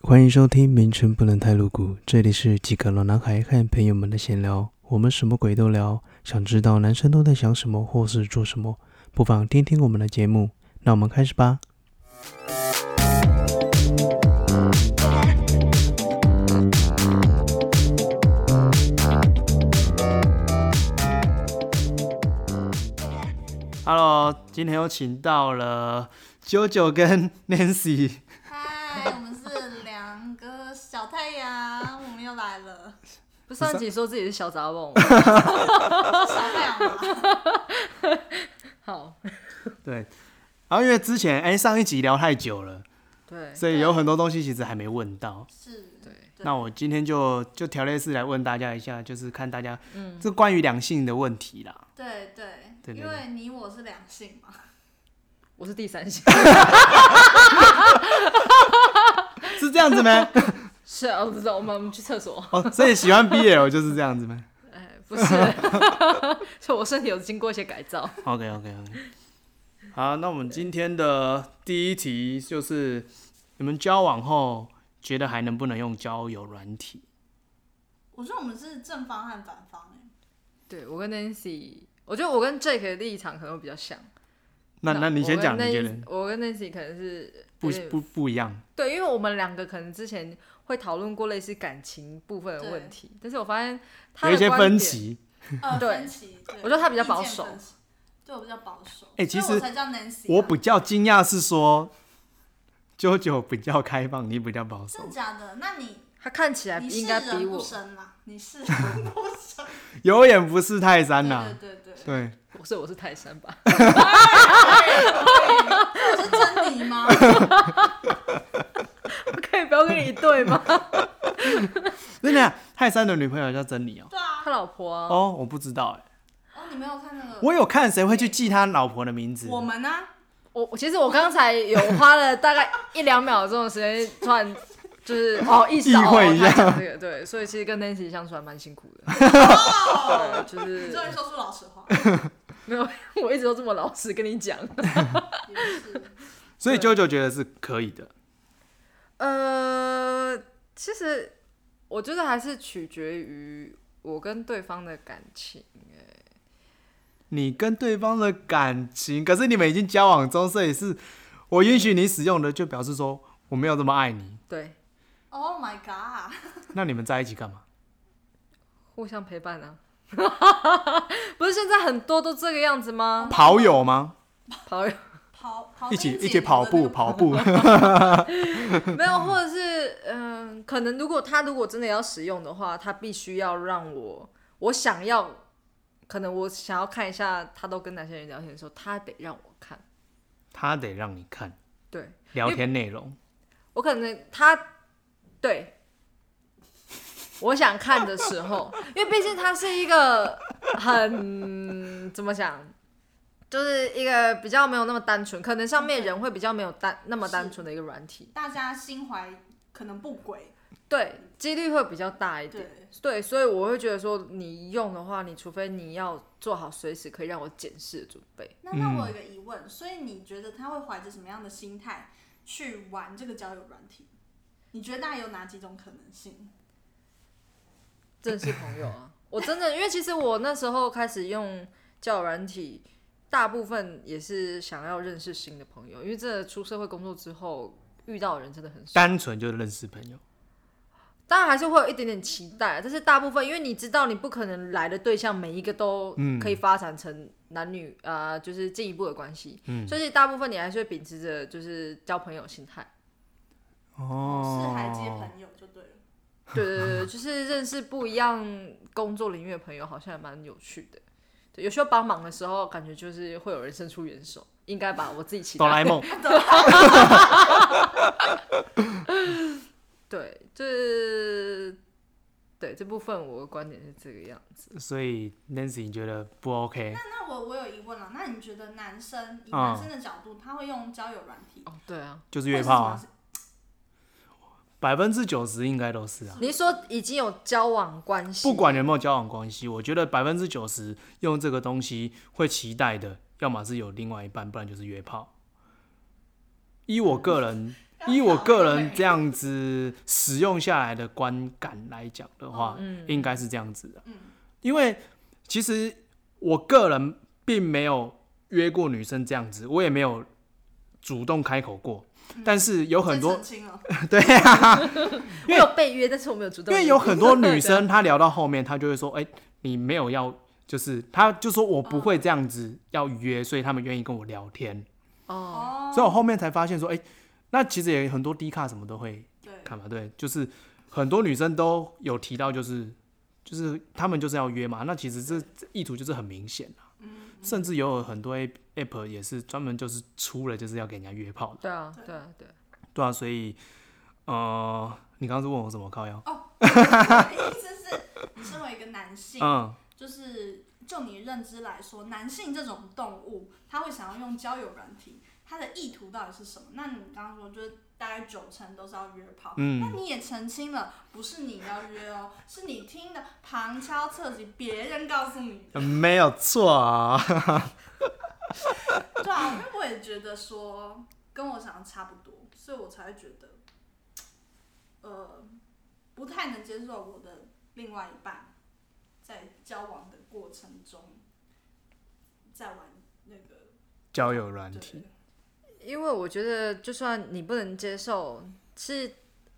欢迎收听，名称不能太露骨。这里是几个老男孩和朋友们的闲聊，我们什么鬼都聊。想知道男生都在想什么或是做什么，不妨听听我们的节目。那我们开始吧。 Hello，今天又请到了九九跟 Nancy，嗨，我们是两个小太阳，我们又来 了，不是上啊集说自己是小杂种吗， 小太阳嘛，好，对。然后因为之前哎、上一集聊太久了，对所以有很多东西其实还没问到。是，对，对那我今天就就条列式来问大家一下，就是看大家，嗯，这关于两性的问题啦。对对，对对因为你我是两性嘛，我是第三性，是这样子吗？ 是啊，我不知道，我们我们去厕所，哦，所以喜欢 BL 就是这样子吗哎，不是， 就我身体有经过一些改造， ？OK OK OK。好，那我们今天的第一题就是，你们交往后觉得还能不能用交友软体？我说我们是正方和反方 哎，对我跟 Nancy，我觉得我跟 Jake 的立场可能会比较像，那那你先我讲，跟你觉 Nancy- 得？我跟 Nancy 可能是不有点不不一样。对，因为我们两个可能之前会讨论过类似感情部分的问题，但是我发现他有一的些观点分，歧。呃，对分歧，对我觉得他比较保守，意见分歧对我比较保守，哎其实所以我才叫 Nancy，啊我比较惊讶是说，九九比较开放，你比较保守真的，假的？那你他看起来你是应该比人我不，深啦，你是人不深， 有眼不识泰山呐、对对对对，对，我所以我是泰山吧， 我是真理 吗？我可以不要跟你一对 吗？真的，泰山的女朋友叫珍妮哦、对啊，他老婆啊，哦，我不知道哎、哦，你没有看那个我有看谁会去记他老婆的名字？我们啊呢？我我其实我刚才有花了大概一两秒钟的时间，突然就是哦意识到意会一下哦他讲这个对，所以其实跟 Nancy 相处还蛮辛苦 的，哦，对，就是 你终于说出老实话，没有，我一直都这么老实跟你讲。也是。所以九九觉得是可以的。 呃，其实我觉得还是取决于我跟对方的感情，你跟对方的感情，可是你们已经交往中，所以是我允许你使用的，就表示说我没有这么爱你。对， Oh my god！那你们在一起干嘛？互相陪伴啊。 不是现在很多都这个样子 吗？跑友吗？跑友跑跑一起冰姐一起跑你步们的那个跑步。没有，或者是嗯、可能如果他如果真的要使用的话，他必须要让我我想要，可能我想要看一下他都跟哪些人聊天的时候，他得让我看。 他得让你看对聊天内容。我可能他对我想看的时候，因为毕竟他是一个很怎么讲，就是一个比较没有那么单纯，可能上面人会比较没有单那么单纯的一个软体，大家心怀可能不轨，对几率会比较大一点。对，对，所以我会觉得说，你用的话，你除非你要做好随时可以让我检视的准备。那嗯那我有一个疑问，所以你觉得他会怀着什么样的心态去玩这个交友软体？你觉得大概有哪几种可能性？正式朋友啊，我真的，因为其实我那时候开始用交友软体，大部分也是想要认识新的朋友，因为真的出社会工作之后遇到的人真的很少。单纯就认识朋友，当然还是会有一点点期待，啊但是大部分因为你知道你不可能来的对象每一个都可以发展成男女啊、呃就是进一步的关系，所以大部分你还是会秉持着就是交朋友心态。哦是还接朋友就对了。对对对，对就是认识不一样工作领域的朋友，好像也蛮有趣的。对，有时候帮忙的时候，感觉就是会有人伸出援手，应该吧？我自己期哆啦待。 A 梦，对，这对这部分我的观点是这个样子。所以 Nancy 你觉得不 OK？那我我有疑问了，那你觉得男生以嗯男生的角度，他会用交友软体？哦，对啊，就是为约什炮么啊是，？百分之九十应该都是啊，你说已经有交往关系，不管有没有交往关系，我觉得百分之九十用这个东西会期待的，要么是有另外一半，不然就是约炮。依我个人，要依我个人这样子使用下来的观感来讲的话，嗯应该是这样子的。因为其实我个人并没有约过女生这样子，我也没有主动开口过。但是有很这多澄清了，对啊，我有被约，但是我没有主动因约。为有很多女生，她聊到后面，她就会说：“哎、你没有要，就是她就说我不会这样子要约，所以他们愿意跟我聊天。”哦，哦，所以我后面才发现说，哎、那其实也很多低卡什么都会 对，看嘛，对，就是很多女生都有提到，就是就是他们就是要约嘛，那其实这这意图就是很明显啊，甚至有很多 A app 也是专门就是出了就是要给人家约炮的，对啊，对啊，对啊。对啊，所以呃，你刚刚是问我什么靠腰？我的意思是，你身为一个男性，嗯，就是就你认知来说，男性这种动物，他会想要用交友软体，他的意图到底是什么？那你刚刚说，就是大概九成都是要约炮，嗯那你也澄清了，不是你要约哦，是你听的旁敲侧击，别人告诉你呃的。没有错啊， 对啊，因为我也觉得说跟我想的差不多，所以我才会觉得，呃，不太能接受我的另外一半在交往的过程中在玩那个交友软体对，因为我觉得，就算你不能接受，是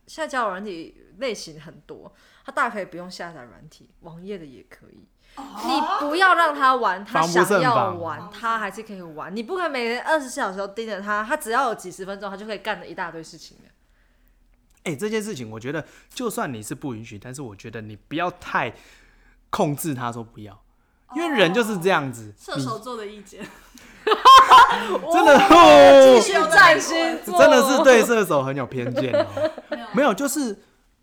现在交友软体类型很多，它大可以不用下载软体，网页的也可以。哦你哦不要让他玩，他防不胜想要防玩啊防，不胜他还是可以玩。你不可能每天二十四小时都盯着他，他只要有几十分钟，他就可以干了一大堆事情了。哎、这件事情我觉得，就算你是不允许，但是我觉得你不要太控制他说不要，因为人就是这样子，射手座的意见。你真的、继哦，续占星座，真的是对射手很有偏见哦。没有没有，就是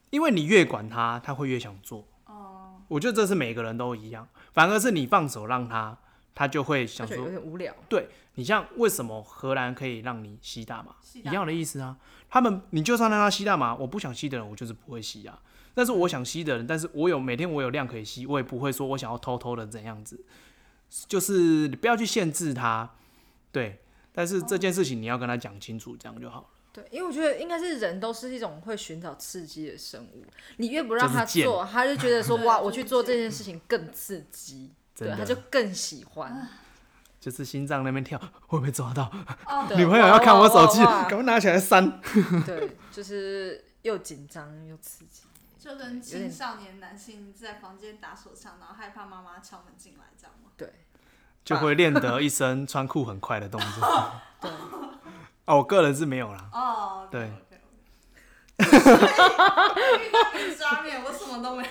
因为你越管他，他会越想做。哦，我觉得这是每个人都一样，反而是你放手让他，他就会想就有说，点无聊。对你像为什么荷兰可以让你吸大麻，吸一大麻样的意思啊。他们你就算让他吸大麻，我不想吸的人，我就是不会吸啊。但是我想吸的人，但是我有每天我有量可以吸，我也不会说我想要偷偷的怎样子，就是你不要去限制他，对。但是这件事情你要跟他讲清楚，这样就好了。对，因为我觉得应该是人都是一种会寻找刺激的生物，你越不让就是他贱做，他就觉得说 对哇，就是我去做这件事情更刺 激，真对，的他就更喜欢。啊就是心脏那边跳，会不会抓到？哦，对女朋友要看我手机，哇哇哇赶快拿起来删。对，就是又紧张又刺激。就跟青少年男性在房间打手枪，然后害怕妈妈敲门进来，这样吗？对，就会练得一身穿裤很快的动作。对， 啊，我个人是没有啦。哦，对 OK，OK，OK。遇到你抓面，我什么都没有。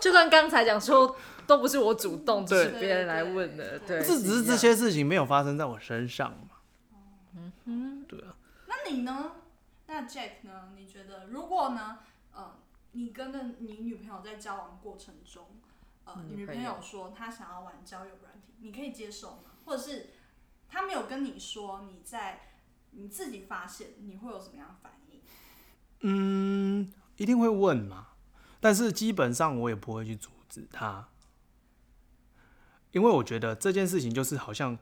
就跟刚才讲说，都不是我主动，只对是别人来问的。对对，这只是一这样些事情没有发生在我身上嘛。嗯对啊， 那你呢？那 Jack 呢？你觉得如果呢？呃，你跟着你女朋友在交往过程中，呃，女女朋朋友友说她想要玩交友软体，你可以接受吗？或者是她没有跟你说，你在你自己发现，你会有什么样的反应？嗯，一定会问嘛，但是基本上我也不会去阻止他，因为我觉得这件事情就是好像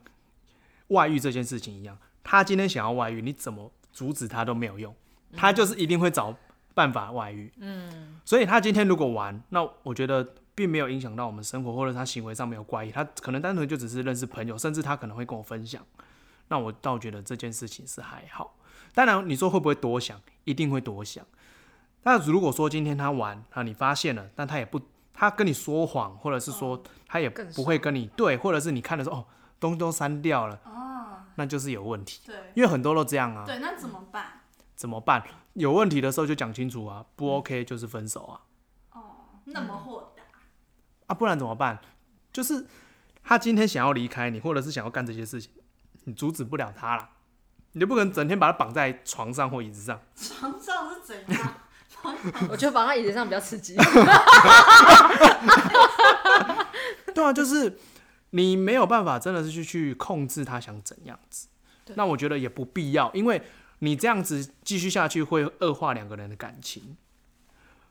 外遇这件事情一样，他今天想要外遇，你怎么阻止他都没有用，他就是一定会找办法外遇。嗯，所以他今天如果玩，那我觉得。并没有影响到我们生活，或者他行为上没有怪异，他可能单纯就只是认识朋友，甚至他可能会跟我分享。那我倒觉得这件事情是还好。当然，你说会不会多想？一定会多想。那如果说今天他玩，啊，你发现了，但他也不，他跟你说谎，或者是说他也更不会跟你对，或者是你看的时候，哦，东西都删掉了，啊，那就是有问题。对因为很多都这样啊，对，那怎么办？怎么办？有问题的时候就讲清楚啊，不 OK 就是分手啊，哦，那么豁达， 啊，不然怎么办？就是他今天想要离开你，或者是想要干这些事情，你阻止不了他啦，你就不可能整天把他绑在床上或椅子上。床上是怎样？我觉得绑在椅子上比较 刺激。 对啊，就是你没有办法真的是去去控制他想怎样子对。那我觉得也不必要，因为你这样子继续下去会恶化两个人的感情，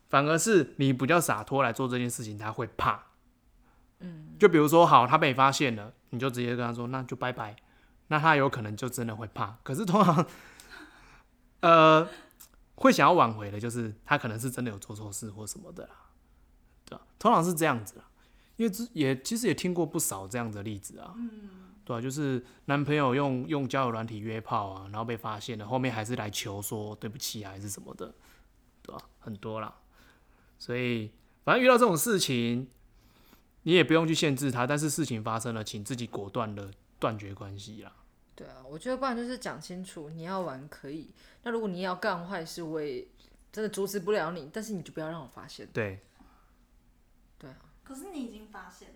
反而是你比较洒脱来做这件事情，他会怕。嗯，就比如说，好，他被发现了，你就直接跟他说，那就拜拜。那他有可能就真的会怕，可是通常 呃，会想要挽回的，就是他可能是真的有做错事或什么的啦，对啊，通常是这样子啦，因为之也其实也听过不少这样的例子啊，嗯，对啊，就是男朋友用用交友软体约炮啊，然后被发现了，后面还是来求说对不起啊还是什么的，对啊，很多啦，所以反正遇到这种事情，你也不用去限制他，但是事情发生了，请自己果断的断绝关系啦。对啊，我觉得不然就是讲清楚，你要玩可以，那如果你要干坏事，我也真的阻止不了你，但是你就不要让我发现。对，可是你已经发现了，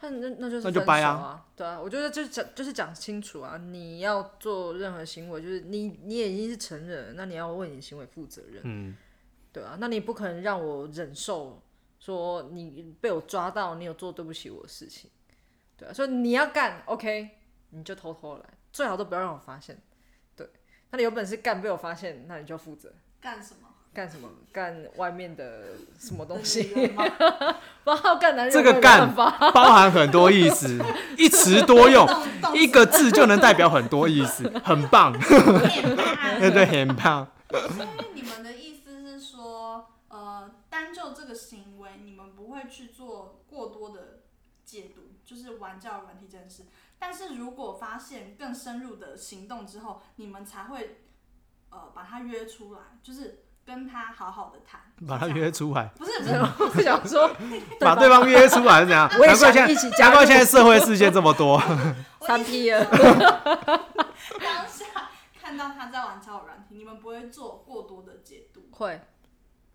那那那就是那就分掰手啊啊，对啊，我觉得就是讲就是讲清楚啊，你要做任何行为，就是你你也已经是成人了，那你要为你的行为负责任，嗯， 对啊，那你不可能让我忍受说你被我抓到，你有做对不起我的事情，对啊，所以你要干 OK，你就偷偷来，最好都不要让我发现，对，那你有本事干被我发现，那你就要负责，干什么？干什么干外面的什么东西， 女人吗不要干男人这个我也没干办法，包含很多意思，一词多用，动动一个字就能代表很多意思，很棒， 念吧对对，很棒。所以你们的意思是说，呃，单就这个行为，你们不会去做过多的解读，就是玩教软体这件事。但是如果发现更深入的行动之后，你们才会呃把他约出来，就是跟他好好的谈，把他是这样约出来，不是不是，我不想说， 把对对方约出来是怎样？我也难怪想现一在，起加难入怪现在社会事件这么多。 三 P 了。当下看到他在玩交友软体，你们不会做过多的解读。 会，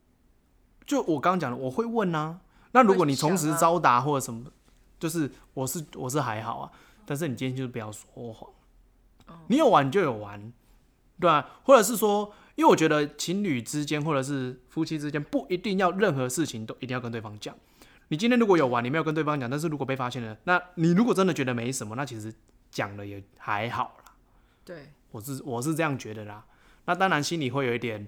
就我刚刚讲的，我会问啊。那如果你从啊实招答或者什么，就是我是我是还好啊，但是你今天就是不要说谎。哦你有玩就有玩，对啊，或者是说，因为我觉得情侣之间或者是夫妻之间，不一定要任何事情都一定要跟对方讲。你今天如果有玩，你没有跟对方讲，但是如果被发现了，那你如果真的觉得没什么，那其实讲了也还好啦。对，我是我是这样觉得啦。那当然心里会有一点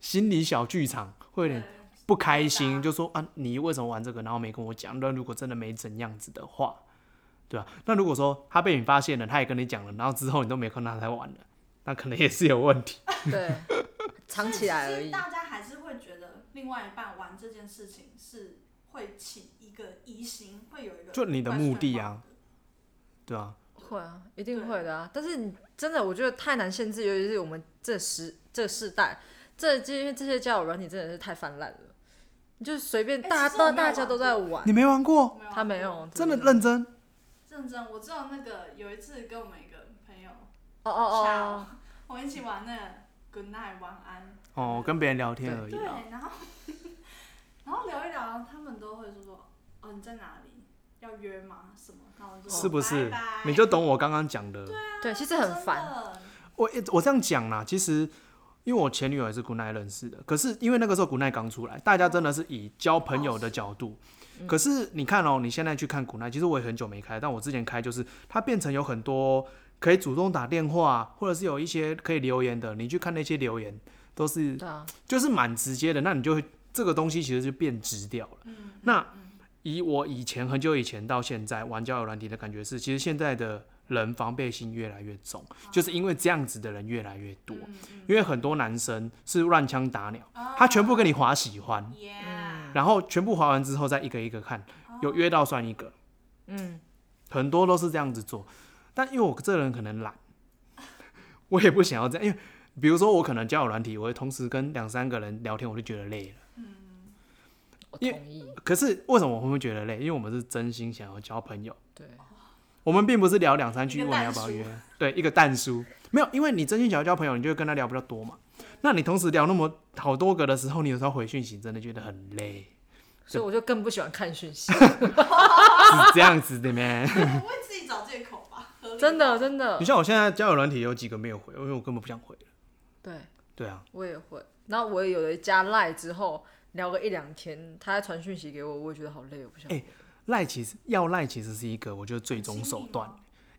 心理小剧场，会有点对不开心，对啊就说啊，你为什么玩这个，然后没跟我讲？那如果真的没怎样子的话，对吧、那如果说他被你发现了，他也跟你讲了，然后之后你都没看到他在玩了，那可能也是有问题。对，藏起来而其实已。大家还是会觉得另外一半玩这件事情是会起一个疑心，会有一个就你的目的啊对啊，会啊，一定会的啊。但是你真的，我觉得太难限制，尤其是我们这时这世代，这这因为这些交友软体真的是太泛滥了，你就随便哎大其实我大没有大家都在玩你，没玩过， question mark 的。他没有真的认真，认真，我知道那个有一次跟我们一个朋友哦哦哦，下午，我们一起玩那个 Good Night 晚安，哦，跟别人聊天而已对啦。，然后 然后聊一聊，他们都会说哦你在哪里，要约吗？什么？那我就说是不是哦拜拜你就懂我刚刚讲的。对，其实很真烦，的我一我这样讲啦，其实因为我前女友也是古奈认识的，可是因为那个时候古奈刚出来，大家真的是以交朋友的角度。可是你看哦、你现在去看古奈，其实我也很久没开，但我之前开就是它变成有很多可以主动打电话，或者是有一些可以留言的，你去看那些留言都是对啊，就是蛮直接的，那你就会这个东西其实就变直掉了。嗯，那以我以前很久以前到现在玩交友软体的感觉是，其实现在的人防备心越来越重，就是因为这样子的人越来越多，哦嗯嗯因为很多男生是乱枪打鸟，哦他全部跟你划喜欢，嗯 Yeah，然后全部划完之后再一个一个看，有约到算一个，嗯，很多都是这样子做。但因为我这人可能懒， 我也不想要这样，因为比如说我可能交友软体，我会同时跟两三个人聊天，我就觉得累了。我因同意，可是为什么我们会觉得累？因为我们是真心想要交朋友，对，我们并不是聊两三句一个问你蛋要不要叔约， 对，一个蛋叔没有，因为你真心想要交朋友，你就会跟他聊比较多嘛。那你同时聊那么好多个的时候，你有时候回讯息真的觉得很累， 所以我就更不喜欢看讯息，是这样子的咩？我不会自己找借口吧？合理吧真的真的你，像我现在交友软体有几个没有回，因为我根本不想回。对对啊，我也会。然后我也有的加赖之后聊个一两天，他再传讯息给我，我也觉得好累，我不想哎。赖其实要赖其实是一个我觉得最终手段，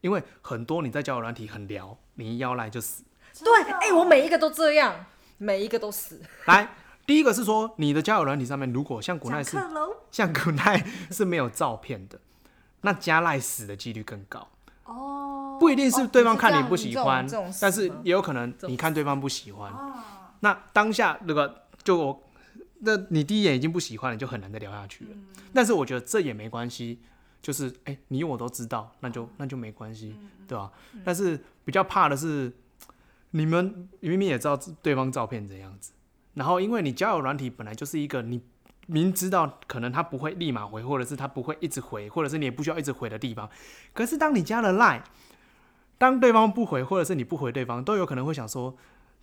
因为很多你在交友软体很聊，你一要赖就死。对，真的哦哎、我每一个都这样，每一个都死。来，第一个是说你的交友软体上面，如果像古奈讲是课喽。像古奈是没有照片的，那加赖死的几率更高。哦，不一定是哦对你方是看这你样不你喜这种欢这种，但事是吗也有可能这你种看对方不喜欢。啊，那当下那个就我，那你第一眼已经不喜欢了，就很难再聊下去了。嗯但是我觉得这也没关系，就是哎、你我都知道，那哦就那就没关嗯系，对吧、但是比较怕的是，你们明明也知道对方照片怎样子，然后因为你交友软体本来就是一个你。明知道可能他不会立马回，或者是他不会一直回，或者是你也不需要一直回的地方。可是当你加了 Line，当对方不回，或者是你不回对方，都有可能会想说，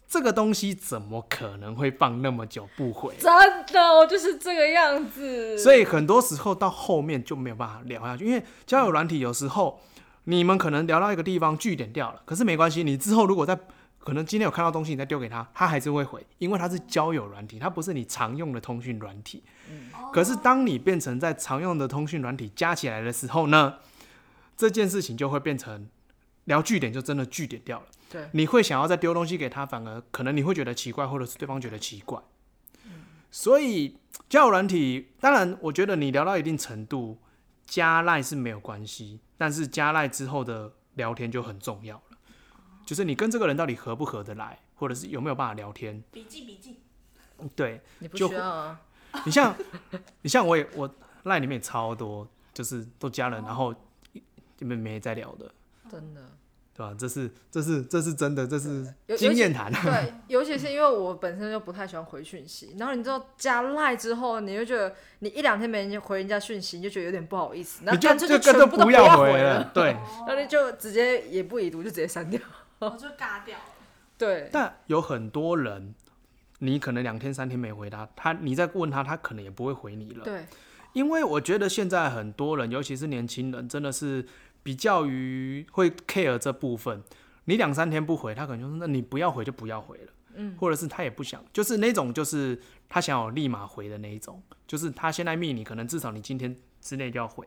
这个东西怎么可能会放那么久不回？真的，我就是这个样子。所以很多时候到后面就没有办法聊下去，因为交友软体有时候你们可能聊到一个地方据点掉了，可是没关系，你之后如果再可能今天有看到东西，你再丢给他，他还是会回，因为它是交友软体，它不是你常用的通讯软体。可是当你变成在常用的通讯软体加起来的时候呢，这件事情就会变成聊据点就真的据点掉了。对，你会想要再丢东西给他，反而可能你会觉得奇怪，或者是对方觉得奇怪。所以交友软体，当然我觉得你聊到一定程度，加赖是没有关系，但是加赖之后的聊天就很重要了，就是你跟这个人到底合不合得来，或者是有没有办法聊天。笔记笔记，对你不就需要啊，你像你像我也我赖里面也超多，就是都加了，然后你们没在聊的，真的。对吧？这是这是这是真的，这是尤经验谈。 对，尤其是因为我本身就不太喜欢回讯息，然后你知道加赖之后，你就觉得你一两天没人回人家讯息，你就觉得有点不好意思，然你后干就脆就全跟都部都要要回了，，对。哦然后你就直接也不已读，就直接删掉。我就尬掉了。对，但有很多人，你可能两天三天没回他，他你再问他，他可能也不会回你了。对，因为我觉得现在很多人，尤其是年轻人，真的是比较于会 care 这部分。你两三天不回，他可能就说：“那你不要回就不要回了。”嗯，或者是他也不想，就是那种就是他想要立马回的那一种，就是他现在密你，可能至少你今天之内就要回。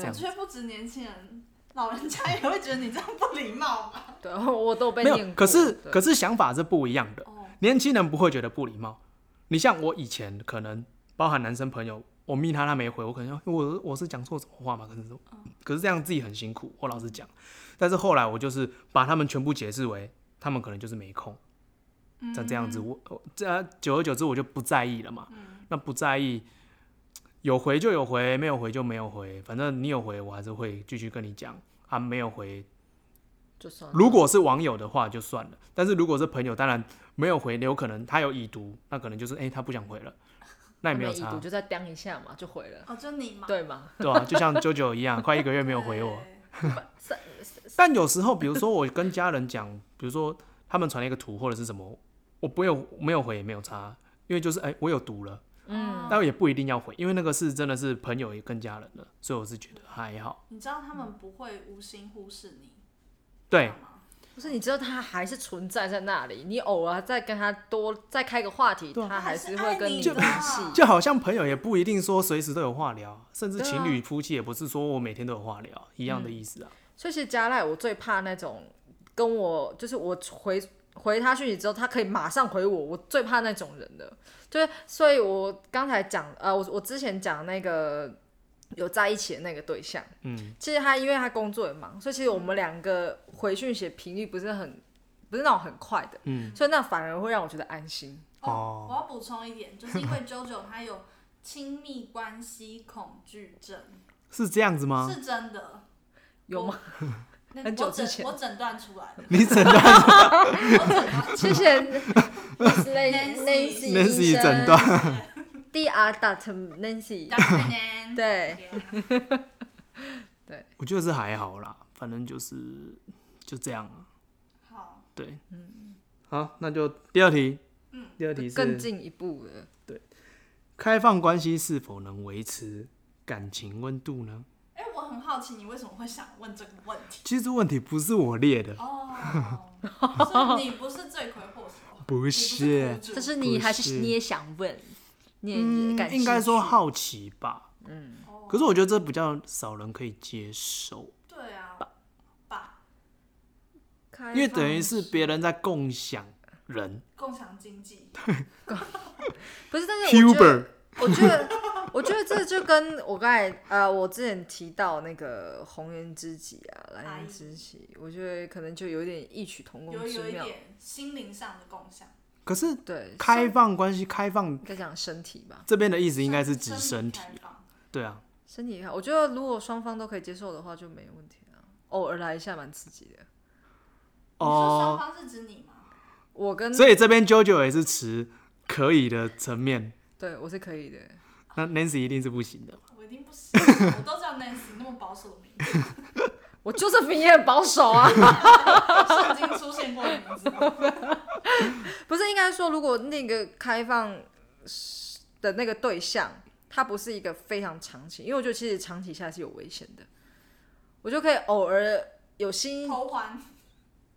这我样觉得不止年轻人，老人家也会觉得你这样不礼貌吧？对， 我都被没念有，过。可是对可是想法是不一样的。哦，年轻人不会觉得不礼貌。你像我以前可能包含男生朋友，我密他他没回，我可能要我我是讲错什么话嘛？可是哦可是这样自己很辛苦，我老实讲。但是后来我就是把他们全部解释为他们可能就是没空，像这样子嗯我我这样久而久之我就不在意了嘛。那不在意。有回就有回，没有回就没有回，反正你有回我还是会继续跟你讲啊，没有回就算了如果是网友的话就算了，但是如果是朋友，当然没有回，有可能他有已读，那可能就是哎、诶他不想回了，那也没有他们已差读，就再当一下嘛，就回了，哦，就你嘛，对嘛？对吧、就像九九一样，快一个月没有回 我。对。但有时候，比如说我跟家人讲，比如说他们传了一个图或者是什么，我不有没有回也没有差，因为就是哎、诶我有读了，哦嗯，但也不一定要回，因为那个是真的是朋友也跟家人了，所以我是觉得还好。你知道他们不会无心忽视你，对知，道吗不是，你知道他还是存在在那里，你偶尔再跟他多再开个话题，对啊他还是他还会是跟爱你的联系。就好像朋友也不一定说随时都有话聊，甚至对啊嗯情侣夫妻也不是说我每天都有话聊一样的意思啊。所以其实加赖我最怕那种跟我就是我回回他讯息之后，他可以马上回我，我最怕那种人的。就是，所以我刚才讲呃，我我之前讲那个有在一起的那个对象，嗯，其实他因为他工作也忙，所以其实我们两个回讯息的频率不是很不是那种很快的，嗯，所以那反而会让我觉得安心。哦哦，我要补充一点，就是因为 JoJo 他有亲密关系恐惧症，是这样子吗？是真的。有吗？那很久之前我诊我诊断出来的，你诊断我诊 断出谢谢 Miss Lan- Nancy Nancy 医 Nancy 生诊断， DR Dr. Nancy，来的。对， 我觉得是还好啦，反正就是就这样啊。好，对，嗯，好，那就第二题，嗯，第二题更是进一步的。开放关系是否能维持感情温度呢？哎，我很好奇你为什么会想问这个问题其实这问题不是我列的，哦，所以你不是罪魁祸首，不你是不，是苦主但是不你还是是你也想问，你也嗯感，兴应该说趣好奇吧。哦可是我觉得这比较少人可以接受，对啊，吧，因为等于是别人在共享人共享经济，不是，但是我觉得， ，Huber，我觉得我觉得这就跟我刚才呃，我之前提到那个红颜知己啊，蓝颜知己，我觉得可能就有点异曲同工有之有一妙。点心灵上的共享。可是对，开放关系，开放在讲身体吧，这边的意思应该是指身体开，放对啊，身体也好。我觉得如果双方都可以接受的话，就没问题了。偶尔来一下蛮刺激的。你说双哦，方是指你吗？我跟所以这边 JoJo 也是持可以的层面，对我是可以的，那 Nancy 一定是不行的。我一定不行，我都叫 Nancy 那么保守的名字， 我就是比你很保守啊。曾经出现过的名字吗。不是应该说，如果那个开放的那个对象，他不是一个非常长期，因为我觉得其实长期下是有危险的。我就可以偶尔有心，头环，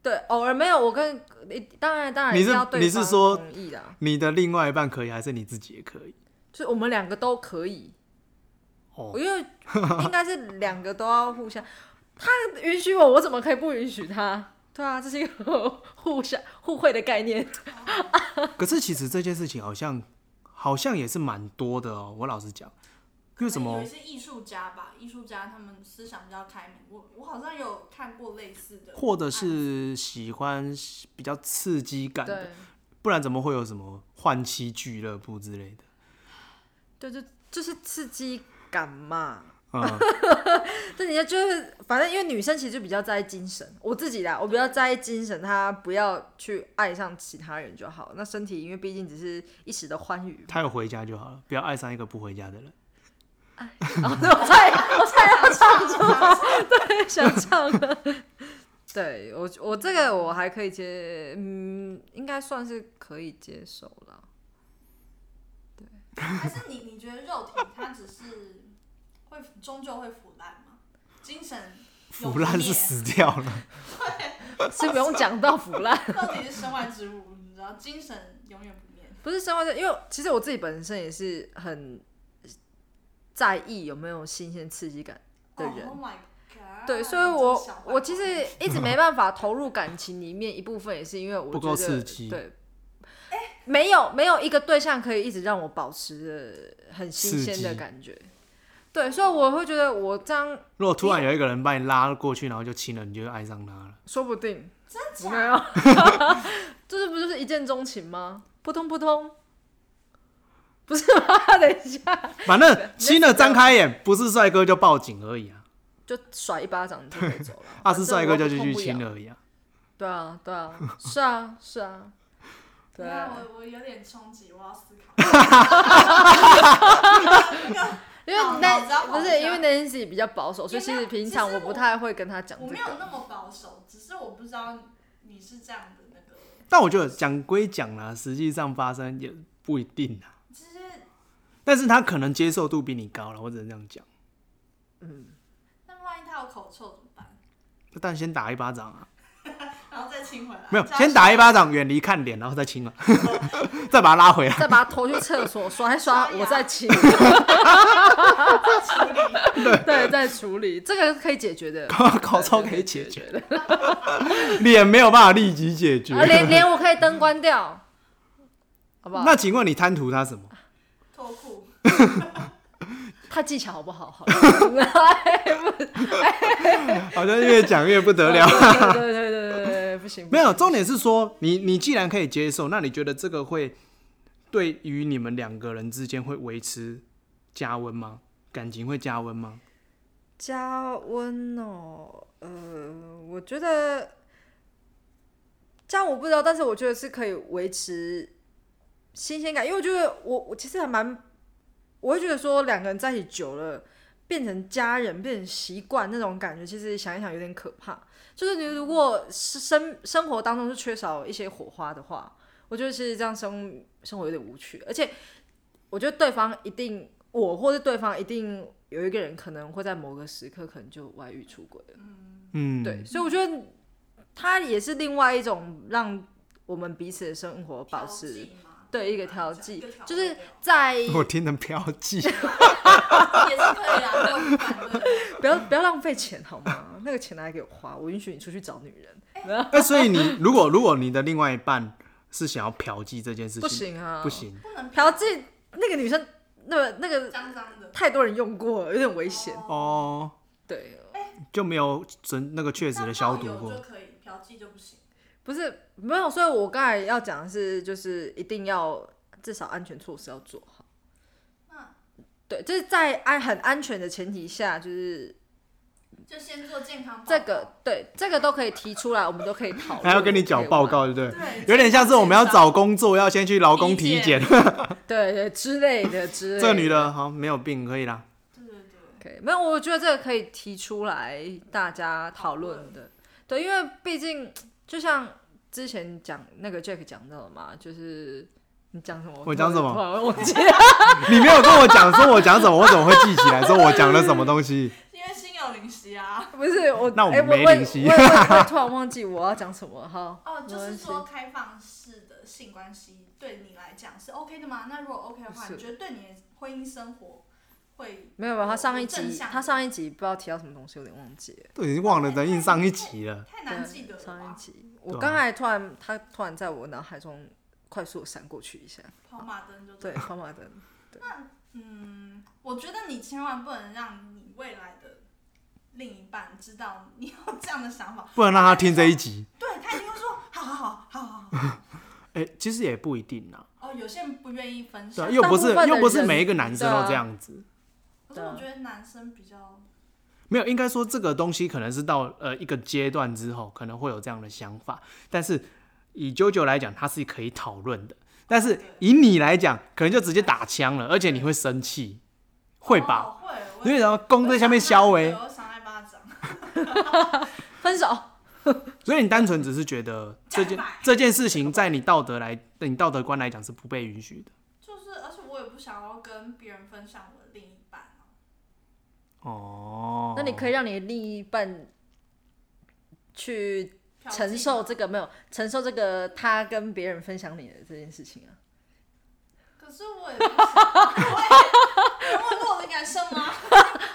对，偶尔没有。我跟你当然当然你一是定要对你是说方同意啦，你的另外一半可以，还是你自己也可以？就是我们两个都可以。哦我因为应该是两个都要互相，他允许我，我怎么可以不允许他？对啊，这是一个互相互惠的概念。可是其实这件事情好像好像也是蛮多的哦。我老实讲，为什可能么有一？些艺术家吧，艺术家他们思想比较开明。我我好像有看过类似的案子，或者是喜欢比较刺激感对的，不然怎么会有什么换妻俱乐部之类的？对，就就是刺激感嘛。嗯，。对，人家就是，反正因为女生其实就比较在意精神，我自己啦，我比较在意精神，她不要去爱上其他人就好。那身体，因为毕竟只是一时的欢愉他有回家就好了，不要爱上一个不回家的人。哦，对，我差点，我差点要唱出来，对，想唱了。对我，我这个我还可以接，嗯，应该算是可以接受了。 还是你你觉得肉体它只是会终究会腐烂吗？精神有腐烂灭是死掉了，是不用讲到腐烂， 肉体是身外之物，你知道，精神永远不灭。不是生活在，因为其实我自己本身也是很在意有没有新鲜刺激感的人。 Oh my god！对，所以你真我是小坏我其实一直没办法投入感情里面，一部分也是因为我不觉够得刺激对，哎没有没有一个对象可以一直让我保持着很新刺鲜的激感觉。对，所以我会觉得我这样如果突然有一个人把你拉过去，然后就亲了，你就爱上他了。说不定真没假？有， 这是不就是一见钟情吗？扑通扑通，不是吗？等一下，反 正亲了张开眼，不是帅哥就报警而已啊，就甩一巴掌就可以走了。 啊反是正帅哥我就不继痛续不亲痒了而已啊。对啊，对啊，是啊，是啊，对等一下啊。我我有点冲击，我要思考。因为脑脑子要那跑不一是下因为 Nancy 比较保守，所以也没其有实平其常实我不我太会跟他讲我这没有个。那么保守，只是我不知道你是这样的那个。但我觉得讲归讲啦，实际上发生也不一定啊。其实，但是他可能接受度比你高了，我只能这样讲。那万一他有口臭怎么办？但先打一巴掌啊，然后再亲回来？没有，这样啊先打一巴掌，远离看脸，然后再 亲了，再把他拉 回来，再把他拖去厕所刷一刷，刷我牙再清，处理。对，再处理，这个可以解决的，口臭可以解决的， 脸没有办法立即解决啊，。连连我可以灯关掉，好不好？那请问你贪图他什么？脱裤，他技巧好不好？好了， 好像越讲越不得了。对对对对对，不行，不没行有，重点是说，你你既然可以接受，那你觉得这个会对于你们两个人之间会维持加温吗？感情会加温吗？加温哦，呃，我觉得这样我不知道，但是我觉得是可以维持新鲜感，因为我觉得我我其实还蛮，我会觉得说两个人在一起久了，变成家人，变成习惯那种感觉，其实想一想有点可怕。就是你如果是生生活当中是缺少一些火花的话，我觉得其实这样生生活有点无趣，而且我觉得对方一定，我或者对方一定有一个人可能会在某个时刻可能就外遇出轨了，嗯，对，，所以我觉得他也是另外一种让我们彼此的生活调保持剂吗对一个调剂一个调，就味是料在 我听成嫖妓，也是可以啊，没有不反对。不要不要浪费钱好吗？那个钱拿来给我花，我允许你出去找女人， 那所以你如果如果你的另外一半是想要嫖妓这件事情，不行啊，不，行，不能嫖，妓那个女生那个那个脏脏的，太多人用过了，有点危险。哦，对，就没有真那个确实的消毒那泡过油就可以，嫖妓就不行。不是没有，所以我刚才要讲的是，就是一定要至少安全措施要做好。那对，就是在安很安全的前提下，就是就先做健康报告这个对这个都可以提出来，我们都可以讨论。还要跟你缴报告，对不对？对，有点像是我们要找工作要先去劳工体体检 检，对对之类的之类的。这女的好没有病可以啦。对对对，可以，没有，我觉得这个可以提出来大家讨论的。对，因为毕竟就像之前讲那个 Jack 讲到的嘛，就是你讲什么？我讲什么突然忘记了。你没有跟我讲说我讲什么，我怎么会记起来说我讲了什么东 西？因为心有灵犀啊。不是我，那我们哎没我灵犀我我我我突然忘记我要讲什么哈。哦，就是没关系说开放式的性关系对你来讲是 OK 的吗？那如果 OK 的话，是你觉得对你的婚姻生活会没有没有，他上一正集向的他上一集不知道提到什么东西，有点忘记了。都已经忘了，等印上一集了。太难记得对了上一吧？集，对我啊刚才突然他突然在我脑海中快速闪过去一下。跑马灯就对，跑马灯。 嗯，我觉得你千万不能让你未来的另一半知道你有这样的想法，不能让他听这一集。对他一定会说好好好好好好。 哎、其实也不一定啦，哦，有些人不愿意分对、享啊，，又不是大部分的又人不是每一个男生都这样子。可是我觉得男生比较没有，应该说这个东西可能是到呃一个阶段之后，可能会有这样的想法。但是以九九来讲，它是可以讨论的。但是以你来讲，可能就直接打枪了，而且你会生气，会吧？哦、会，我因为然后攻在下面消我诶，有伤害巴掌，分手。所以你单纯只是觉得这件讲吧这件事情，在你道德来你道德观来讲是不被允许的。就是而且我也不想要跟别人分享我的另一半啊、哦，那你可以让你的另一半去嫖妓承受嘛这个没有承受这个他跟别人分享你的这件事情啊。可是我也不想 啊，我也，我落的感受吗？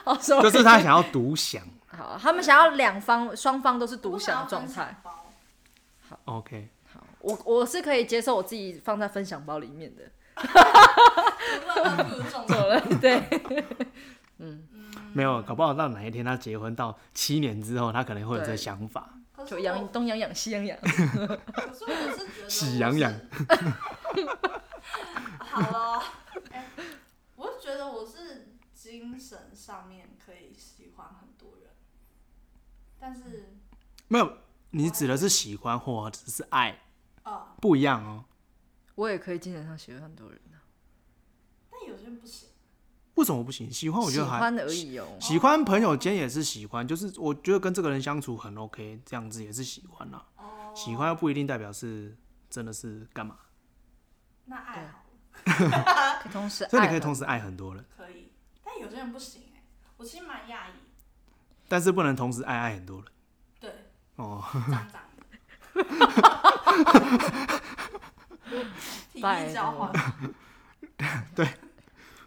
哦，所以就是他想要独享。好，他们想要两方双方都是我独不想享要的状分态享。包。 OK，好，我我是可以接受我自己放在分享包里面的。独乐乐不如众走乐。 了，对，嗯没有，搞不好到哪一天他结婚到七年之后，他可能会有这对想法。可是就我养东养养西养养。可是我是觉得喜羊羊我是。 好了、哎我是觉得我是精神上面可以喜欢很多人，但是没有，你指的是喜欢或者是爱，呃，不一样哦。我也可以精神上喜欢很多人啊，但有些人不行。为什么不行？喜欢我觉喜得还欢而已哦。喜欢朋友间也是喜欢，就是我觉得跟这个人相处很 OK，这样子也是喜欢啦。哦，喜欢又不一定代表是真的是干嘛，那爱好了可以同时爱所很，以你可以同时爱很多人，可以，但有些人不行哎、我其实蛮讶异，但是不能同时爱爱很多人。对，哦，脏 脏的。体拜力交换，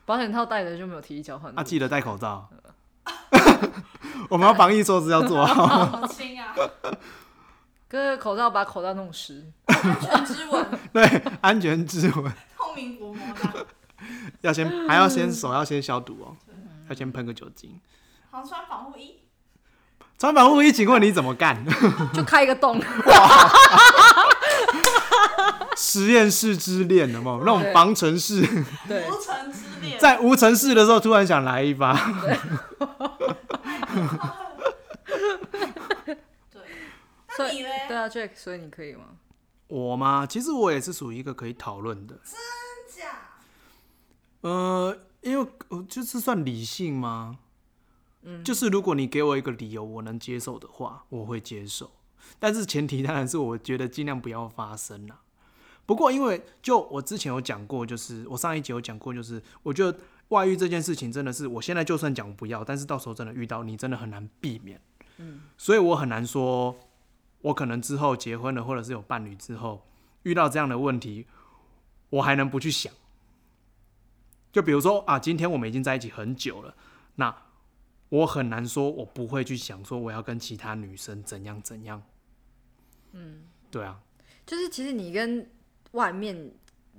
保险套戴着就没有提议交换的啊，记得戴口罩。 我们要防疫措施要做好。 好亲啊！可是口罩把口罩弄湿。安全之吻，对，安全之吻透明薄膜的。要先还要先手要先消毒哦，嗯要先喷个酒精。好像穿防护衣，穿防护衣，请问你怎么干？ 就开一个洞，实验室之恋的嘛，那种对防尘室， 对，无尘之恋。在无尘室的时候突然想来一发，对，所那以你嘞？对啊，Jack，所以你可以吗？我嘛，其实我也是属于一个可以讨论的，真假？呃，因为呃就是算理性吗？嗯，就是如果你给我一个理由，我能接受的话，我会接受，但是前提当然是我觉得尽量不要发生啦。不过因为就我之前有讲过，就是我上一集有讲过，就是我觉得外遇这件事情真的是，我现在就算讲不要，但是到时候真的遇到你，真的很难避免。嗯，所以我很难说，我可能之后结婚了，或者是有伴侣之后，遇到这样的问题，我还能不去想？就比如说啊，今天我们已经在一起很久了，那我很难说我不会去想说我要跟其他女生怎样怎样。嗯，对啊，就是其实你跟外面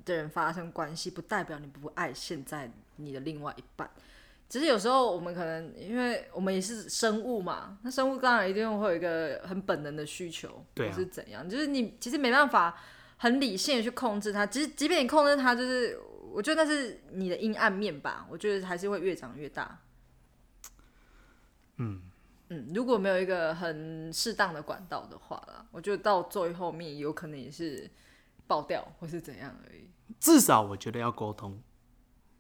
的人发生关系，不代表你不爱现在你的另外一半。只是有时候我们可能因为我们也是生物嘛，那生物当然一定会有一个很本能的需求，对啊或是怎样，就是你其实没办法很理性的去控制它。其实即便你控制它，就是我觉得那是你的阴暗面吧，我觉得还是会越长越大。嗯，如果没有一个很适当的管道的话啦，我觉得到最后面有可能也是爆掉或是怎样而已。至少我觉得要沟通。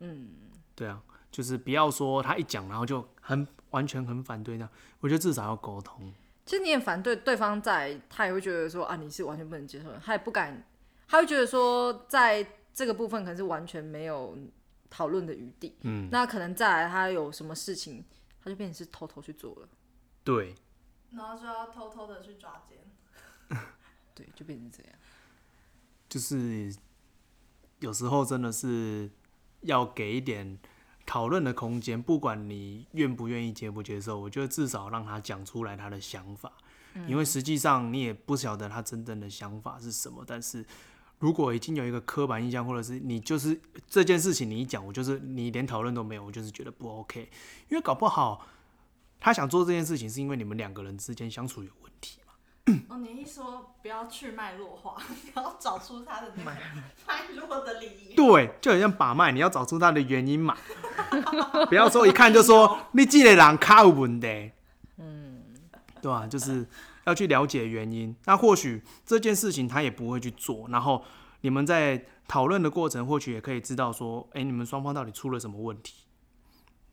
嗯，对啊，就是不要说他一讲，然后就很完全很反对那样。我觉得至少要沟通。其实你也反对对方在，他也会觉得说啊，你是完全不能接受的，他也不敢，他会觉得说在这个部分可能是完全没有讨论的余地。嗯，那可能再来他有什么事情，他就变成是偷偷去做了，对，然后就要偷偷的去抓奸。对，就变成这样。就是有时候真的是要给一点讨论的空间，不管你愿不愿意接不接受，我觉得至少让他讲出来他的想法，因为实际上你也不晓得他真正的想法是什么。但是如果已经有一个刻板印象，或者是你就是这件事情你一讲，我就是你连讨论都没有，我就是觉得不 OK，因为搞不好他想做这件事情是因为你们两个人之间相处有问题嘛。哦，你一说不要去脉络化，你要找出他的那个脉络的理由。对，就很像把脉，你要找出它的原因嘛， 不要说一看就说你这个人卡有问题。嗯，对啊，就是要去了解原因。那或许这件事情他也不会去做，然后你们在讨论的过程，或许也可以知道说，哎、你们双方到底出了什么问题，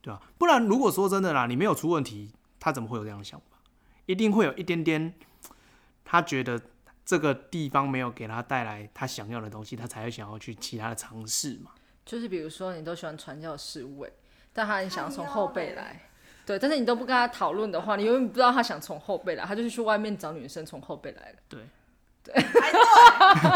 对吧、不然如果说真的啦，你没有出问题，他怎么会有这样的想法？一定会有一点点，他觉得这个地方没有给他带来他想要的东西，他才会想要去其他的尝试嘛。 就是比如说，你都喜欢传教士味，欸但他很想要从后背来，对，但是你都不跟他讨论的话，你永远不知道他想从后背来，他就是去外面找女生从后背来了。对，还对，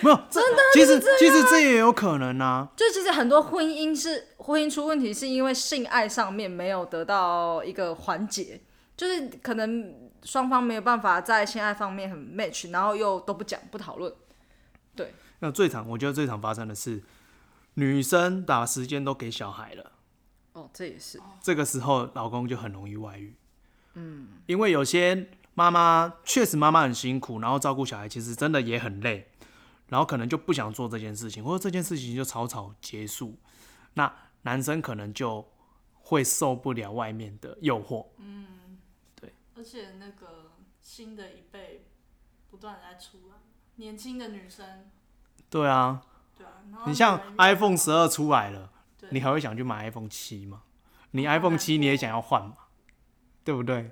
没有真的，其实其实这也有可能啊。就其实很多婚姻是婚姻出问题，是因为性爱上面没有得到一个缓解，就是可能双方没有办法在性爱方面很 match，然后又都不讲不讨论。那最常我觉得最常发生的是，女生把时间都给小孩了，哦，这也是，这个时候老公就很容易外遇。嗯，因为有些妈妈确实妈妈很辛苦，然后照顾小孩其实真的也很累，然后可能就不想做这件事情，或者这件事情就草草结束。那男生可能就会受不了外面的诱惑，而且那个新的一辈不断的在出来，啊年轻的女生，对啊，对啊，然后你像人越 iPhone 十二出来了，对你还会想去买 iPhone 七吗？你当然 iPhone 七你也想要换嘛？对不对？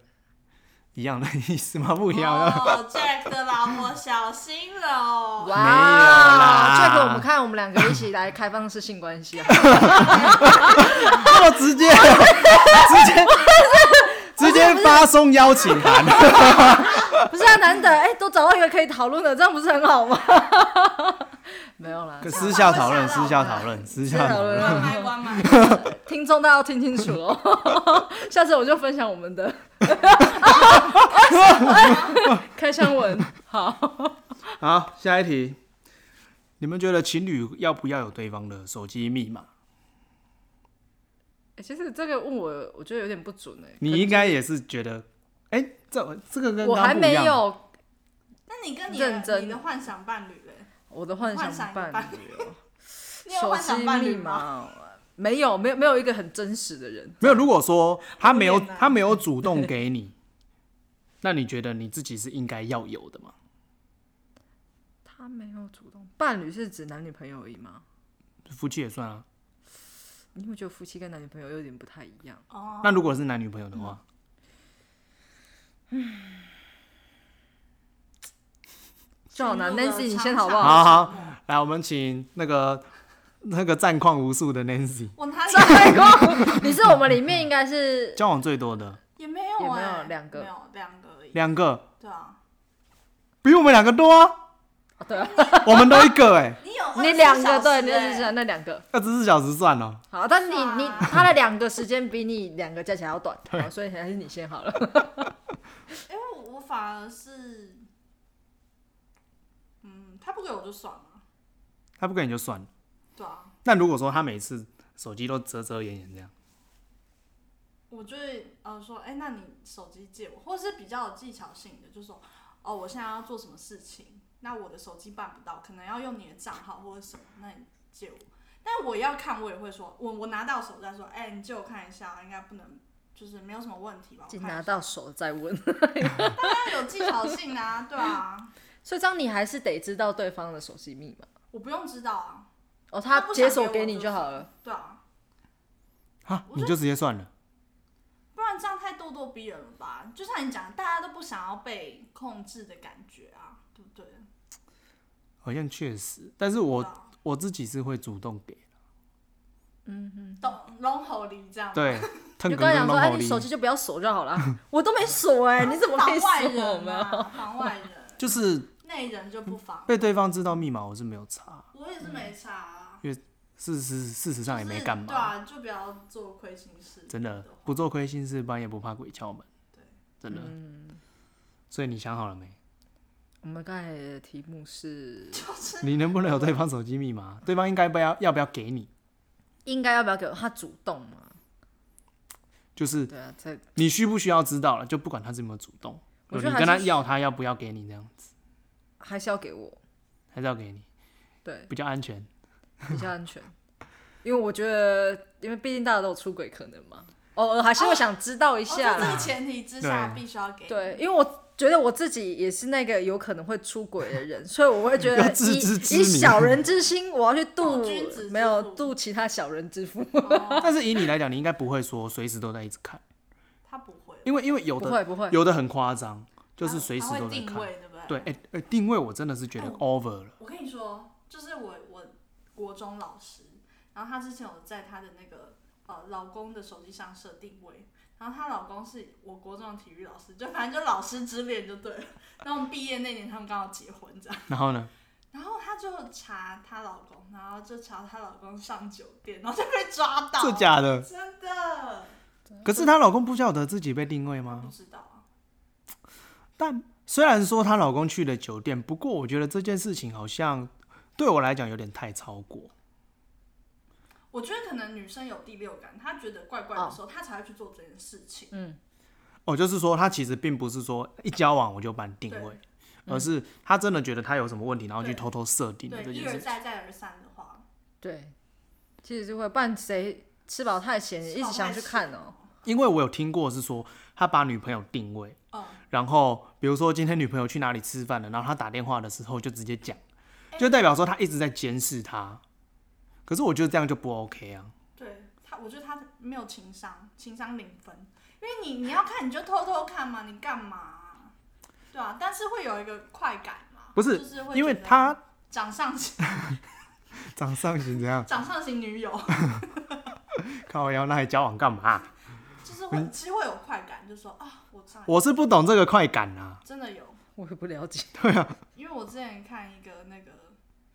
一样的意思吗？不一样 的。哦，Jack 的老婆小心了哦，哇，啦这个我们看，我们两个一起来开放式性关系啊！ 这么直接，直接，直接发送邀请函。不是啊，难得哎、都找到一个可以讨论的，这样不是很好吗？ 没有啦， 私下讨论，私下讨论，私下讨私下论讨。关麦 关麦，听众大家要听清楚哦。下次我就分享我们的 开箱文，好，好，下一题。你们觉得情侣要不要有对方的手机密码？欸其实这个问我，我觉得有点不准哎、你应该也是觉得，哎、这这个跟我刚刚还不一没样有那你跟你的认真你的幻想伴侣嘞？我的幻幻想想一伴半侣哦， 你有手幻想机伴密侣吗？码哦 没有，没有，没有一个很真实的人。没有，如果说他没有有点难他没有主动给 你，那你觉得你自己是应该要有的吗？他没有主动伴侣是指男女朋友而已吗？夫妻也算啊。你会觉得夫妻跟男女朋友有点不太一样？哦，那如果是男女朋友的话，嗯就好难进入了 Nancy，你长先好不长好好？好的沉默来，我们请那个 那个战况无数的 Nancy，我哪里 太过，你是我们里面应该是 交往最多的也没有也没有哎两个没有两个而已，两个，对啊，比我们两个多啊，哦对啊， 我们都一个哎、你有你两个对，你你只是那两个。二十四小时算哦了。好，但你是啊你他的两个时间比你两个加起来要短，好，所以还是你 先好了。因为我反而是，嗯，他不给我就算了，他不给你就算了。对啊，那如果说他每次手机都遮遮掩掩这样。我就会呃说，哎、那你手机借我，或是比较有技巧性的，就说，哦，我现在要做什么事情，那我的手机办不到，可能要用你的账号或者什么，那你借我。但我要看，我也会说，我我拿到手再说，哎、你借我看一下，应该不能，就是没有什么问题吧？我就看拿一下，到手再问。当然有技巧性啊，对啊，所以这样你还是得知道对方的手机密码我不用知道啊，哦，他不想他解锁给给我你就就是好了。对啊，啊哈，我啊你说就直接算了。不然这样太咄咄逼人了吧？就像你讲，大家都不想要被控制的感觉啊，对不对？好像确实，但是我对啊我自己是会主动给，嗯懂龙吼狸这样， 对，腾就格跟他跟讲说，龙哎，口你令手机就不要锁就好了。我都没锁哎，你怎么 可以防外锁我人们？啊？防外人，就是内人就不 防。被对方知道密码，我是没有查，我也是没查、啊，事实事实上也没干嘛，就是对啊，就不要做亏心事。真的不做亏心事，半夜不怕鬼敲门，对，真的。嗯所以你想好了没？我们刚才的题目是就是你能不能有对方手机密码？对方应该不要要不要给你？应该要不要给我他主动嘛？就是对啊，在你需不需要知道了，就不管他是有没有主动，我你觉得跟他还是要他要不要给你这样子，还是要给我，还是要给你对，比较安 全。比较安全。因为我觉得，因为毕竟大家都有出轨可能嘛，偶尔还是会想知道一哦，下在这啦。个前提之下，对必须要给你对，因为我觉得我自己也是那个有可能会出轨的人， 所以我会觉得要自以知之以明小人之心，我要去度度哦君子之没有腹度其他小人之腹，哦但是以你来讲，你应该不会说随时都在一直看，他不会，因为因为有不的会不会，啊有的很夸张，就是随时他都会在定看。位，对不对，对？哎、哎定位我真的是觉得哎哦 over 了，我跟你说，就是我我国中老师，然后她之前有在她的那个呃老公的手机上设定位，然后她老公是我国中的体育老师，就反正就老师之恋就对了。然后我们毕业那年，他们刚好结婚这样，然后呢，然后她就查她老公，然后就查她老公上酒店，然后就被抓到，这假的？真的可是她老公不晓得自己被定位不吗？知道啊，但虽然说她老公去了酒店，不过我觉得这件事情好像对我来讲有点太超过。我觉得可能女生有第六感，她觉得怪怪的时候，她才会去做这件事情。哦，就是说她其实并不是说一交往我就办定位，而是她真的觉得她有什么问题，然后去对偷偷设定的对，这一件而事。再，再而三的话，对，其实就会，不然谁吃饱太闲，一直想去看哦、因为我有听过是说他把女朋友定位，嗯，然后比如说今天女朋友去哪里吃饭了，然后他打电话的时候就直接讲，哎就代表说他一直在监视她。可是我觉得这样就不 OK 啊。对他，我觉得他没有情商，情商零分。因为你你要看你就偷偷看嘛，你干嘛啊、对啊，但是会有一个快感嘛，不是就是会因为觉得他掌上型 长相型怎样？掌上型女友，靠腰，那还交往干嘛？就是会其实会有快感，就说啊，我上嗯我是不懂这个快感啊。真的有，我也不了解。因为我之前看一个那个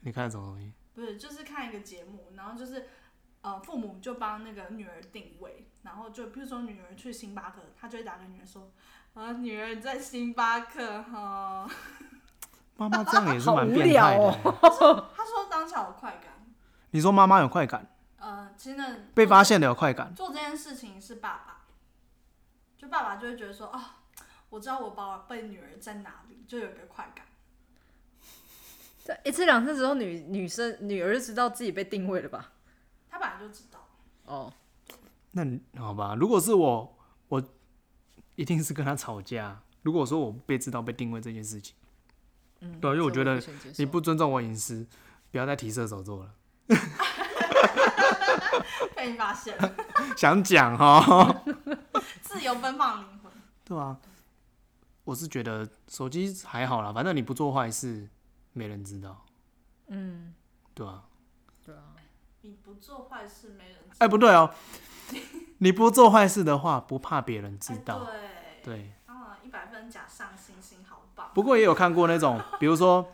你看什么东西？不是，就是看一个节目，然后就是呃，父母就帮那个女儿定位，然后就比如说女儿去星巴克，他就会打给女儿说，啊，女儿你在星巴克哈，妈妈这样也是 好蛮无变态聊的、哦他说当下有快感，你说妈妈有快感，呃，其实呢被发现的有快感，做这件事情是爸爸，就爸爸就会觉得说，啊，我知道我宝贝女儿在哪里，就有一个快感。这一次两次之后，女女生女儿就知道自己被定位了吧？他本来就知道，哦，那你好吧，如果是我，我一定是跟他吵架。如果说我被知道被定位这件事情，嗯，对啊因为我觉这得行接你受不尊重我隐私，不要再提射手座了。被你发 现了，想讲 哈，自由奔放灵魂。对啊，我是觉得手机还好啦，反正你不做坏事，没人知道，嗯，对啊，对啊，你不做坏事，没人知哎、不对哦，你不做坏事的话，不怕别人知哎道，对。对。啊，一百分假上星星，好棒！不过也有看过那种，比如说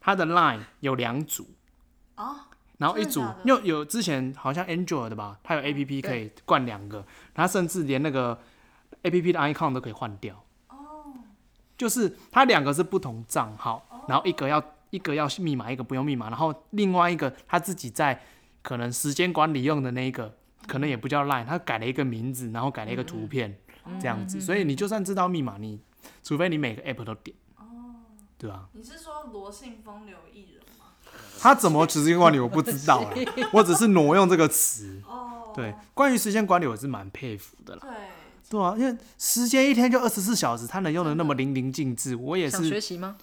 他的 Line 有两组，啊，然后一组真的假的嗯又有之前好像 Android 的吧，它有 APP 可以灌两个，它甚至连那个 APP 的 icon 都可以换掉，哦，就是它两个是不同账号，然后一个要一个要密码，一个不用密码，然后另外一个他自己在可能时间管理用的那一嗯个，可能也不叫 Line，它改了一个名字，然后改了一个图片，嗯这样子。所以你就算知道密码，你除非你每个 app 都点，哦对吧、你是说罗姓风流艺人吗？他怎么时间管理我不知 道啦，我只是挪用这个词。哦，对，关于时间管理我是蛮佩服的啦。对，对啊，因为时间一天就二十四小时，他能用的那么淋漓尽致，我也想是学习吗？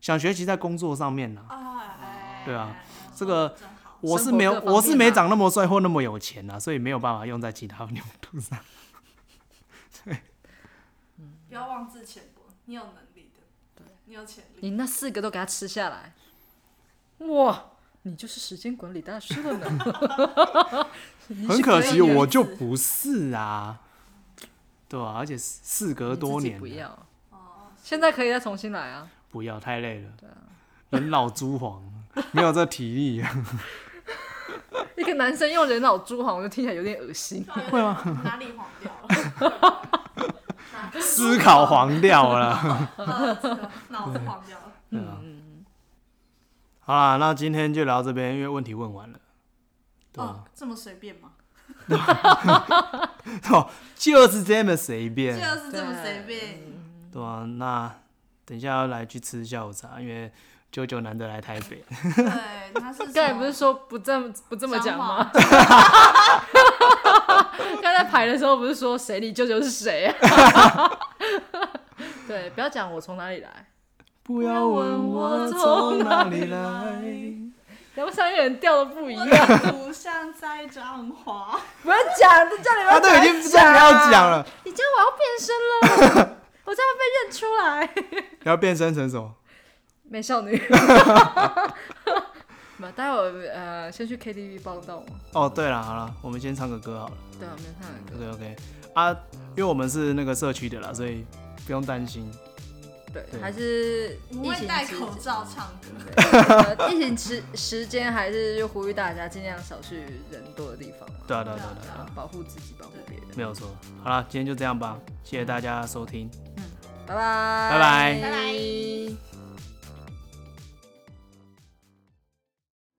想学习在工作上面啊啦。哎，对啊哎，这个真好，我是生活没有各，方我是面啊没嘛长那么帅或那么有钱啊，所以没有办法用在其他 用途上。不要妄自浅薄，你有能力的，对，你有潜力，你那四个都给他吃下来，哇，你就是时间管理大师了呢。 你很是可惜，以的我就不是啊，对啊，而且事事隔多你年自己不了，要，哦现在可以再重新来啊。不要太累了，人老珠黄，没有这体力，啊一个男生用人脑珠黄，我就听起来有点恶心。会吗？哪里黄掉了？哪个思考黄掉了。呃这个脑子黄掉了。对啊，好啦，那今天就聊到这边，因为问题问完了。对啊哦，这么随便吗？哦，就是这么随就便。是这么随便。对啊，那等一下要来去吃下午茶，因为九九难得来台 北。 对，他是刚才不是说不这么不这么讲吗？？ 刚才排的时候不是说谁你舅舅是谁 啊？对，不要讲我从哪里来。不要问我从哪里来然后上一个人调的不一我样，的图像在彰化。不要讲，叫你们他都啊已经不知道你要讲了，你叫我要变身了， 我这样被认出来。你要变身成什么？美少女。 那待会儿呃，先去 KTV 报道嘛。哦，对了，好了，我们先唱个歌好了。对啊，没有唱歌。 OK OK，啊，因为我们是那个社区的啦，所以不用担心。对对，还是我疫们会情戴期口间罩唱 歌。 呃，疫情时时间还是就呼吁大家尽量少去人多的地方嘛，对啊对啊对啊对对啊，啊保护自己，保护别人。没有错。好了，今天就这样吧，谢谢大家收听。拜拜，拜拜拜拜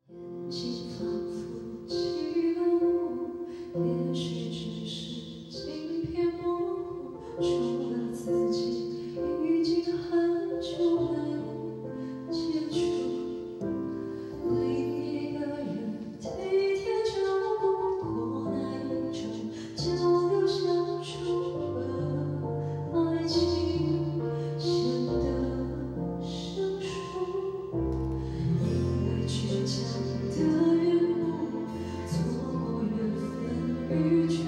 眼睛仿佛起了雾，也许只是镜片模糊，除了自己，已经很久没有接触。另一个人体贴照顾，过那一种久留相处的爱情，显得生疏。因为倔强的缘故，错过缘分与距